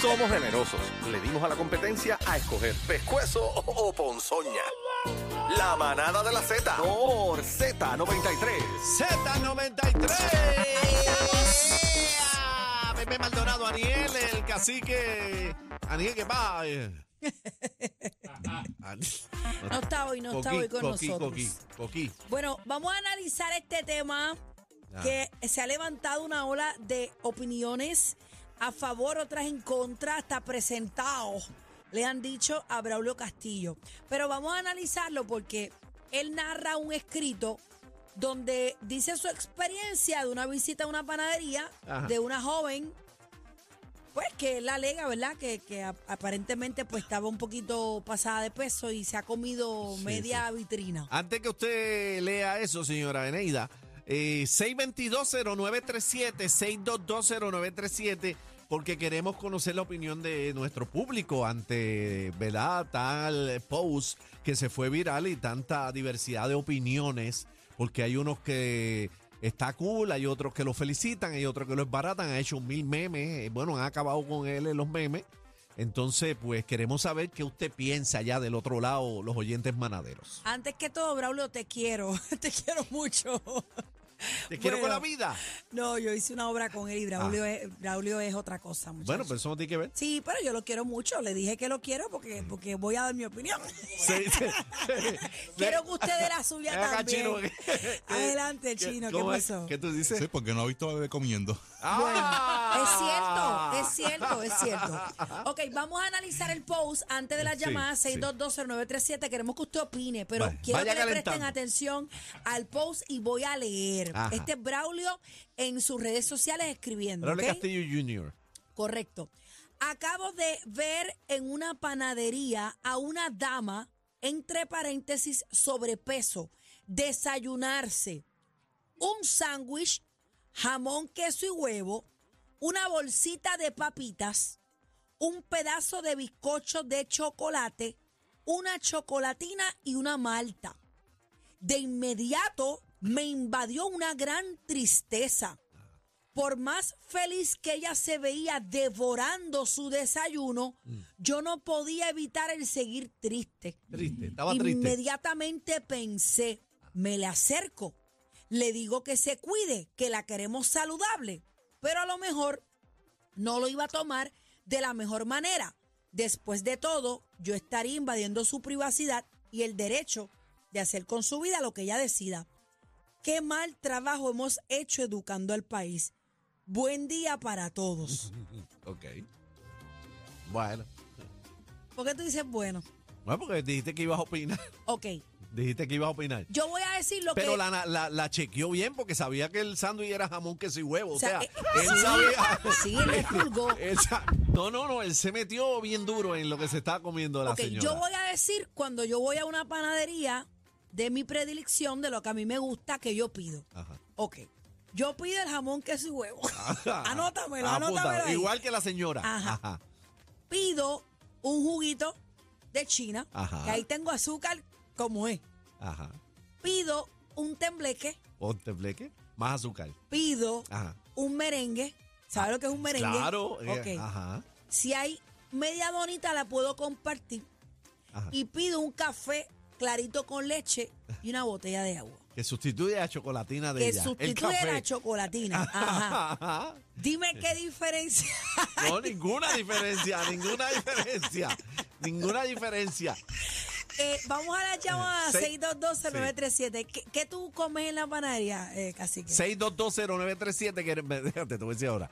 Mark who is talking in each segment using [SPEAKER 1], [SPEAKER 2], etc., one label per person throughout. [SPEAKER 1] Somos generosos. Le dimos a la competencia a escoger pescuezo o ponzoña. La manada de la Z por Z93.
[SPEAKER 2] Z93. ¡Ea! Pepe Maldonado, Aniel, el cacique. Aniel, ¿qué va?
[SPEAKER 3] No está hoy, no está hoy con
[SPEAKER 2] coquí,
[SPEAKER 3] nosotros.
[SPEAKER 2] Coquí, coquí.
[SPEAKER 3] Bueno, vamos a analizar este tema
[SPEAKER 2] Ah.
[SPEAKER 3] que se ha levantado una ola de opiniones a favor, otras en contra, hasta presentado, le han dicho a Braulio Castillo. Pero vamos a analizarlo porque él narra un escrito donde dice su experiencia de una visita a una panadería
[SPEAKER 2] Ajá.
[SPEAKER 3] de una joven, pues que él alega, ¿verdad? Que, que ap- aparentemente pues estaba un poquito pasada de peso y se ha comido
[SPEAKER 2] Sí,
[SPEAKER 3] media vitrina.
[SPEAKER 2] Antes que usted lea eso, señora Beneida, eh, 6220937, 6220937, porque queremos conocer la opinión de nuestro público ante, ¿verdad? Tal post que se fue viral y tanta diversidad de opiniones, porque hay unos que está cool, hay otros que lo felicitan, hay otros que lo esbaratan, han hecho mil memes, eh, bueno, han acabado con él en los memes. Entonces, pues queremos saber qué usted piensa ya del otro lado, los oyentes manaderos.
[SPEAKER 3] Antes que todo, Braulio, te quiero, te quiero mucho.
[SPEAKER 2] Te quiero con
[SPEAKER 3] Bueno.
[SPEAKER 2] la vida.
[SPEAKER 3] No, yo hice una obra con él y Braulio, es, Braulio es otra cosa.
[SPEAKER 2] Ah.
[SPEAKER 3] muchacho.
[SPEAKER 2] Bueno, pues eso no tiene que ver.
[SPEAKER 3] Sí, pero yo lo quiero mucho, le dije que lo quiero porque,
[SPEAKER 2] Mm.
[SPEAKER 3] porque voy a dar mi opinión.
[SPEAKER 2] Sí, sí.
[SPEAKER 3] quiero que usted dé la suya
[SPEAKER 2] Ven acá,
[SPEAKER 3] también.
[SPEAKER 2] Chino, ¿qué-
[SPEAKER 3] Adelante, Chino, ¿qué
[SPEAKER 2] cómo es?
[SPEAKER 3] pasó?
[SPEAKER 2] ¿Qué tú dices?
[SPEAKER 4] Sí, porque no ha visto a bebé comiendo.
[SPEAKER 2] ¡Ah!
[SPEAKER 3] Es cierto, es cierto, es cierto. Ok, vamos a analizar el post antes de la
[SPEAKER 2] Sí,
[SPEAKER 3] llamada
[SPEAKER 2] sí.
[SPEAKER 3] 6220937. Queremos que usted opine, pero
[SPEAKER 2] Vale,
[SPEAKER 3] quiero
[SPEAKER 2] vaya
[SPEAKER 3] que le presten
[SPEAKER 2] calentando.
[SPEAKER 3] atención al post y voy a leer.
[SPEAKER 2] Ajá.
[SPEAKER 3] Este es Braulio en sus redes sociales escribiendo.
[SPEAKER 2] Raúl
[SPEAKER 3] ¿ok?
[SPEAKER 2] Castillo Jr.
[SPEAKER 3] Correcto. Acabo de ver en una panadería a una dama, entre paréntesis, sobrepeso, desayunarse un sándwich, jamón, queso y huevo, una bolsita de papitas, un pedazo de bizcocho de chocolate, una chocolatina y una malta. De inmediato me invadió una gran tristeza. Por más feliz que ella se veía devorando su desayuno, yo no podía evitar el seguir triste.
[SPEAKER 2] Triste, estaba triste.
[SPEAKER 3] Inmediatamente pensé, me le acerco, le digo que se cuide, que la queremos saludable, pero a lo mejor no lo iba a tomar de la mejor manera. Después de todo, yo estaría invadiendo su privacidad y el derecho de hacer con su vida lo que ella decida. Qué mal trabajo hemos hecho educando al país. Buen día para todos.
[SPEAKER 2] Ok. Bueno.
[SPEAKER 3] ¿Por qué tú dices bueno?
[SPEAKER 2] Bueno, porque dijiste que ibas a opinar.
[SPEAKER 3] Ok,
[SPEAKER 2] Dijiste que ibas a opinar.
[SPEAKER 3] yo voy a decir lo
[SPEAKER 2] Pero
[SPEAKER 3] que...
[SPEAKER 2] la, la, la chequeó bien porque sabía que el sándwich era jamón, queso y huevo. O
[SPEAKER 3] O sea,
[SPEAKER 2] sea,
[SPEAKER 3] eh,
[SPEAKER 2] él
[SPEAKER 3] sí,
[SPEAKER 2] sabía.
[SPEAKER 3] sí, él le expulgó.
[SPEAKER 2] él sa- no, no, no. Él se metió bien duro en lo que se estaba comiendo la
[SPEAKER 3] Ok,
[SPEAKER 2] señora.
[SPEAKER 3] yo voy a decir cuando yo voy a una panadería de mi predilección, de lo que a mí me gusta, que yo pido.
[SPEAKER 2] Ajá.
[SPEAKER 3] Ok, yo pido el jamón, queso y huevo. anótamelo,
[SPEAKER 2] Ah, puta,
[SPEAKER 3] anótamelo. ahí.
[SPEAKER 2] Igual que la señora.
[SPEAKER 3] Ajá.
[SPEAKER 2] Ajá.
[SPEAKER 3] Pido un juguito de China,
[SPEAKER 2] Ajá.
[SPEAKER 3] que ahí tengo azúcar como es.
[SPEAKER 2] Ajá.
[SPEAKER 3] Pido un tembleque,
[SPEAKER 2] Ponte fleque, más azúcar.
[SPEAKER 3] pido
[SPEAKER 2] Ajá.
[SPEAKER 3] un merengue. ¿Sabes lo que es un merengue?
[SPEAKER 2] Ah. Claro. eh,
[SPEAKER 3] Ok,
[SPEAKER 2] Ajá.
[SPEAKER 3] si hay media donita la puedo compartir
[SPEAKER 2] Ajá.
[SPEAKER 3] y pido un café clarito con leche y una botella de agua.
[SPEAKER 2] Que sustituye a la chocolatina de
[SPEAKER 3] que
[SPEAKER 2] ella. el
[SPEAKER 3] sustituye
[SPEAKER 2] café.
[SPEAKER 3] la chocolatina. Ajá.
[SPEAKER 2] Ajá.
[SPEAKER 3] Dime qué diferencia.
[SPEAKER 2] No, ninguna diferencia, ninguna diferencia. Ninguna diferencia.
[SPEAKER 3] Eh, vamos a la llamada
[SPEAKER 2] Sí.
[SPEAKER 3] 6220937. ¿Qué, qué tú comes en la panadería, eh, cacique?
[SPEAKER 2] 6220937, que me- déjate, te voy a decir ahora.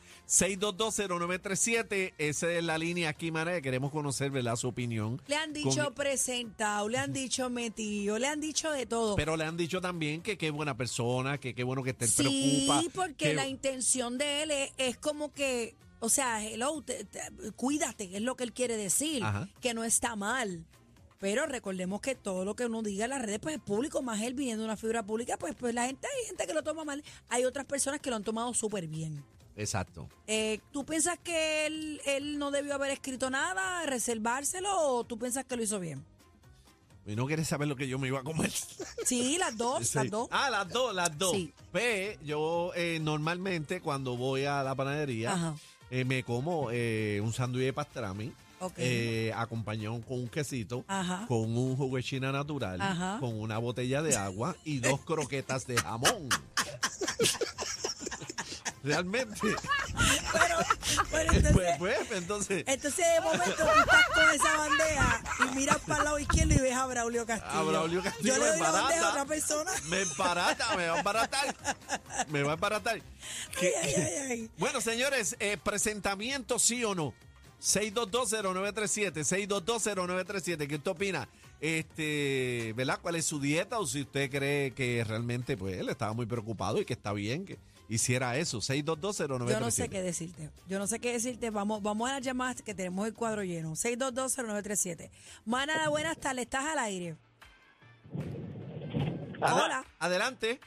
[SPEAKER 2] 6220937, esa es la línea aquí, Mara, que queremos conocer, ¿verdad? Su opinión.
[SPEAKER 3] Le han dicho
[SPEAKER 2] Con-
[SPEAKER 3] presentado, le han dicho metido, le han dicho de todo.
[SPEAKER 2] pero le han dicho también que qué buena persona, que qué bueno que te
[SPEAKER 3] sí,
[SPEAKER 2] preocupa.
[SPEAKER 3] porque
[SPEAKER 2] que-
[SPEAKER 3] la intención de él es, es como que, o sea, hello, te- te- cuídate, es lo que él quiere decir,
[SPEAKER 2] Ajá.
[SPEAKER 3] que no está mal. Pero recordemos que todo lo que uno diga en las redes, pues es público, más él viniendo de una figura pública, pues, pues la gente, hay gente que lo toma mal, hay otras personas que lo han tomado súper bien.
[SPEAKER 2] Exacto.
[SPEAKER 3] Eh, ¿Tú piensas que él, él no debió haber escrito nada, reservárselo, o tú piensas que lo hizo bien?
[SPEAKER 2] Y no quieres saber lo que yo me iba a comer.
[SPEAKER 3] Sí, las dos, Oh, las
[SPEAKER 2] Sí.
[SPEAKER 3] dos.
[SPEAKER 2] Ah, las dos, las dos.
[SPEAKER 3] Sí.
[SPEAKER 2] P, yo eh, normalmente cuando voy a la panadería,
[SPEAKER 3] Ajá.
[SPEAKER 2] eh, me como eh, un sándwich de pastrami.
[SPEAKER 3] Ok.
[SPEAKER 2] eh, acompañado con un quesito,
[SPEAKER 3] Ajá.
[SPEAKER 2] con un jugo de china natural,
[SPEAKER 3] Ajá.
[SPEAKER 2] con una botella de agua y dos croquetas de jamón. Realmente.
[SPEAKER 3] Pero, pero
[SPEAKER 2] Pues,
[SPEAKER 3] entonces,
[SPEAKER 2] pues, entonces.
[SPEAKER 3] entonces de momento tú estás con esa bandeja y miras para el lado izquierdo y ves a Braulio Castillo.
[SPEAKER 2] A Ah, Braulio Castillo
[SPEAKER 3] Yo le doy
[SPEAKER 2] es
[SPEAKER 3] la bandeja a
[SPEAKER 2] barata.
[SPEAKER 3] otra persona.
[SPEAKER 2] Me embarata, me va a embaratar. Me va a embaratar.
[SPEAKER 3] Ay,
[SPEAKER 2] Que-
[SPEAKER 3] ay, ay, ay.
[SPEAKER 2] Bueno, señores, eh, presentamiento sí o no. 6220937, 6220937, ¿qué usted opina? Este, ¿verdad? ¿Cuál es su dieta? O si usted cree que realmente, pues, él estaba muy preocupado y que está bien que hiciera eso. 6220937.
[SPEAKER 3] Yo no sé qué decirte. Yo no sé qué decirte. Vamos, vamos a las llamadas que tenemos el cuadro lleno. 6220937. Manada, buenas tardes. Estás al aire.
[SPEAKER 4] Ajá.
[SPEAKER 3] Hola.
[SPEAKER 2] Adelante.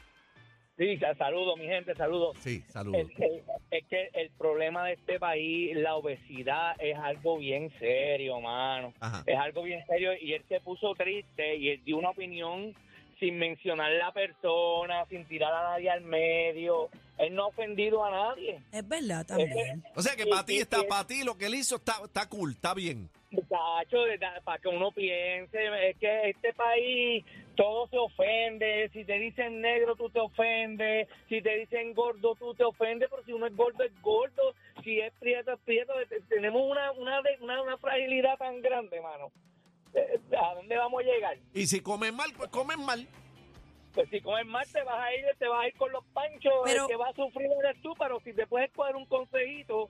[SPEAKER 4] Sí, sa- saludo, mi gente, saludo.
[SPEAKER 2] Sí, saludos.
[SPEAKER 4] Es, que- es que el problema de este país, la obesidad, es algo bien serio, mano.
[SPEAKER 2] Ajá.
[SPEAKER 4] Es algo bien serio y él se puso triste y él dio una opinión sin mencionar la persona, sin tirar a nadie al medio. Él no ha ofendido a nadie.
[SPEAKER 3] Es verdad también.
[SPEAKER 2] O sea que
[SPEAKER 4] Sí,
[SPEAKER 2] para ti
[SPEAKER 4] sí,
[SPEAKER 2] está,
[SPEAKER 4] sí.
[SPEAKER 2] para ti lo que él hizo está, está cool, está bien.
[SPEAKER 4] Muchacho, de- da- para que uno piense, es que este país todo se ofende, si te dicen negro tú te ofendes, si te dicen gordo tú te ofendes, pero si uno es gordo es gordo, si es prieto es prieto, Te- tenemos una, una, de- una, una fragilidad tan grande, mano. Eh, ¿A dónde vamos a llegar?
[SPEAKER 2] Y si comen mal, pues comen mal.
[SPEAKER 4] Pues si comes mal te vas a ir, te vas a ir con los panchos,
[SPEAKER 3] Pero-
[SPEAKER 4] el que va a sufrir eres tú, pero si te puedes coger un consejito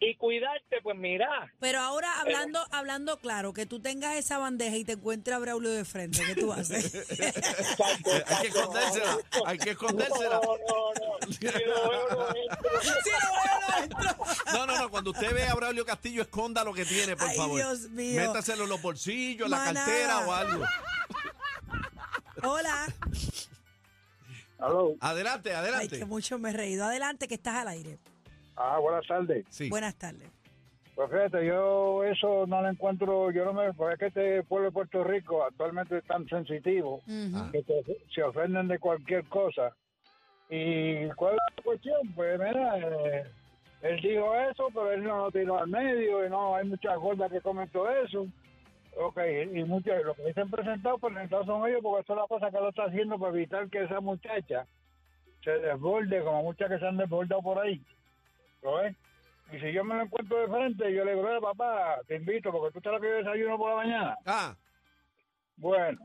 [SPEAKER 4] y cuidarte, pues mira,
[SPEAKER 3] Pero ahora hablando, hablando claro, que tú tengas esa bandeja y te encuentres a Braulio de frente, ¿qué tú haces?
[SPEAKER 2] Eh, Hay que escondérsela, hay que escondérsela.
[SPEAKER 4] No, no, no. Si lo veo, lo entro.
[SPEAKER 3] Sí, lo veo, lo entro.
[SPEAKER 2] No, no, no. Cuando usted vea a Braulio Castillo, esconda lo que tiene, por
[SPEAKER 3] Ay,
[SPEAKER 2] favor.
[SPEAKER 3] Dios mío.
[SPEAKER 2] Métaselo en los bolsillos, en la
[SPEAKER 3] Manada.
[SPEAKER 2] cartera o algo.
[SPEAKER 3] Hola.
[SPEAKER 5] Aló.
[SPEAKER 2] Adelante,
[SPEAKER 3] Ay,
[SPEAKER 2] adelante.
[SPEAKER 3] que mucho me he reído. Adelante, que estás al aire.
[SPEAKER 5] Ah, buenas tardes.
[SPEAKER 2] Sí.
[SPEAKER 3] Buenas tardes.
[SPEAKER 5] Pues fíjate, yo eso no lo encuentro, yo no me, pues es que este pueblo de Puerto Rico actualmente es tan sensitivo
[SPEAKER 3] Ujú.
[SPEAKER 2] Ah.
[SPEAKER 5] que se, se ofenden de cualquier cosa. ¿Y cuál es la cuestión? Pues mira, eh, él dijo eso, pero él no lo tiró al medio y no, hay muchas gordas que comen todo eso. Ok, y muchos, los que dicen presentados, presentados son ellos porque eso es la cosa que lo está haciendo para evitar que esa muchacha se desborde, como muchas que se han desbordado por ahí. ¿Lo ves? Y si yo me lo encuentro de frente, yo le digo, "Eh, papá, te invito porque tú te lo que yo desayuno por la mañana.
[SPEAKER 2] Ah,
[SPEAKER 5] Bueno,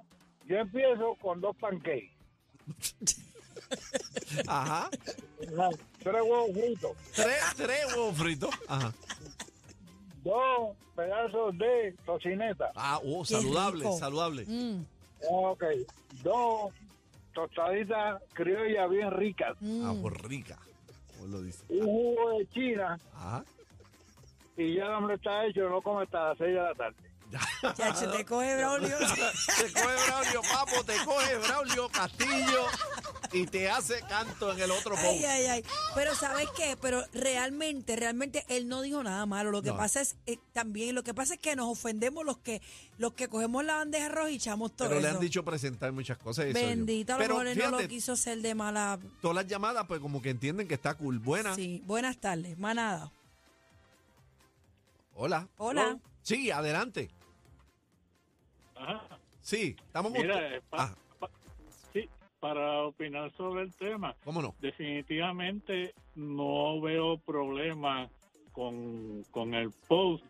[SPEAKER 5] yo empiezo con dos pancakes,
[SPEAKER 2] ajá.
[SPEAKER 5] tres huevos fritos,
[SPEAKER 2] Tres, tres huevos fritos. Ajá.
[SPEAKER 5] dos pedazos de tocineta,
[SPEAKER 2] Ah, oh,
[SPEAKER 3] Qué
[SPEAKER 2] saludable,
[SPEAKER 3] rico.
[SPEAKER 2] saludable.
[SPEAKER 3] Mm,
[SPEAKER 6] Ah,
[SPEAKER 5] ok, dos tostaditas criollas bien ricas,
[SPEAKER 3] mm.
[SPEAKER 2] Ah, por rica. como lo dice. Ah.
[SPEAKER 5] un jugo de china
[SPEAKER 2] Ajá.
[SPEAKER 5] y ya el hambre está hecho, no come hasta las seis de la tarde.
[SPEAKER 3] Chacho, te coge Braulio.
[SPEAKER 2] Te coge Braulio, papo, te coge Braulio Castillo y te hace canto en el otro bowl.
[SPEAKER 3] Ay, ay, ay. Pero ¿sabes qué? Pero realmente, realmente él no dijo nada malo. Lo que
[SPEAKER 2] No.
[SPEAKER 3] pasa es eh, también, lo que pasa es que nos ofendemos los que los que cogemos la bandeja roja y echamos todo
[SPEAKER 2] Pero le
[SPEAKER 3] eso.
[SPEAKER 2] han dicho presentar muchas cosas. eso yo.
[SPEAKER 3] Bendito, a lo
[SPEAKER 2] Pero
[SPEAKER 3] mejor él no lo
[SPEAKER 2] fíjate,
[SPEAKER 3] quiso hacer de mala.
[SPEAKER 2] todas las llamadas, pues como que entienden que está cool. Buena.
[SPEAKER 3] Sí, buenas tardes, manada.
[SPEAKER 2] Hola.
[SPEAKER 3] Hola.
[SPEAKER 2] Sí, adelante.
[SPEAKER 6] Ajá.
[SPEAKER 2] Sí, estamos con usted.
[SPEAKER 6] Mira, eh, pa-
[SPEAKER 2] Ah,
[SPEAKER 6] pa- sí, para opinar sobre el tema,
[SPEAKER 2] ¿Cómo no?
[SPEAKER 6] definitivamente no veo problema con, con el post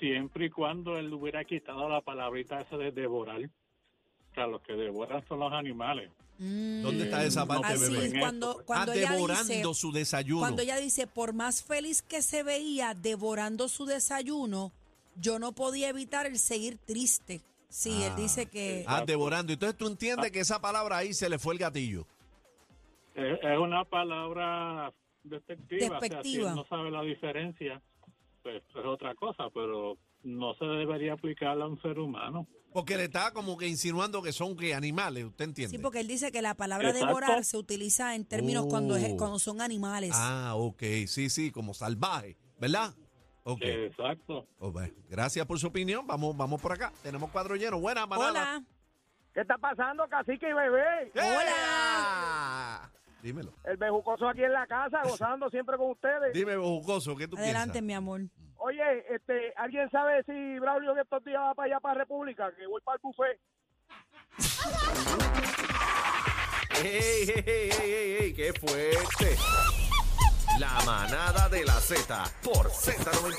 [SPEAKER 6] siempre y cuando él hubiera quitado la palabrita esa de devorar. O sea, los que devoran son los animales.
[SPEAKER 3] Mm.
[SPEAKER 2] ¿Dónde está esa parte,
[SPEAKER 6] no,
[SPEAKER 3] Así
[SPEAKER 6] pues,
[SPEAKER 2] bebé?
[SPEAKER 3] es,
[SPEAKER 6] en
[SPEAKER 3] cuando,
[SPEAKER 6] esto, pues.
[SPEAKER 3] cuando
[SPEAKER 2] ah,
[SPEAKER 3] ella
[SPEAKER 2] devorando
[SPEAKER 3] dice,
[SPEAKER 2] su desayuno.
[SPEAKER 3] cuando ella dice, por más feliz que se veía devorando su desayuno, yo no podía evitar el seguir triste. Sí, él
[SPEAKER 2] Ah.
[SPEAKER 3] dice que...
[SPEAKER 2] Ah, devorando. Entonces tú entiendes que esa palabra ahí se le fue el gatillo.
[SPEAKER 6] Es, es una palabra despectiva, o sea, si
[SPEAKER 3] Despectiva.
[SPEAKER 6] él no sabe la diferencia, pues es otra cosa, pero no se debería aplicarla a un ser humano.
[SPEAKER 2] Porque le está como que insinuando que son que animales, ¿usted entiende?
[SPEAKER 3] Sí, porque él dice que la palabra
[SPEAKER 6] Exacto.
[SPEAKER 3] devorar se utiliza en términos
[SPEAKER 2] Oh.
[SPEAKER 3] cuando, es- cuando son animales.
[SPEAKER 2] Ah, ok, sí, sí, como salvaje, ¿verdad? Ok.
[SPEAKER 6] Exacto.
[SPEAKER 2] Oh, bueno. Gracias por su opinión. Vamos, vamos por acá. Tenemos cuadro lleno. Buena, manada.
[SPEAKER 3] Hola.
[SPEAKER 4] ¿Qué está pasando, cacique y bebé?
[SPEAKER 2] ¡Ea! Dímelo.
[SPEAKER 4] El bejucoso aquí en la casa, gozando siempre con ustedes.
[SPEAKER 2] Dime, Bojucoso, ¿qué tú
[SPEAKER 3] Adelante,
[SPEAKER 2] piensas?
[SPEAKER 3] mi amor.
[SPEAKER 4] Oye, este, ¿alguien sabe si Braulio en estos días va para allá, para República? Que voy para el buffet.
[SPEAKER 1] ¡Ey, ey, ey, ey, ey, ey! qué fuerte! La manada de la Z por Z93.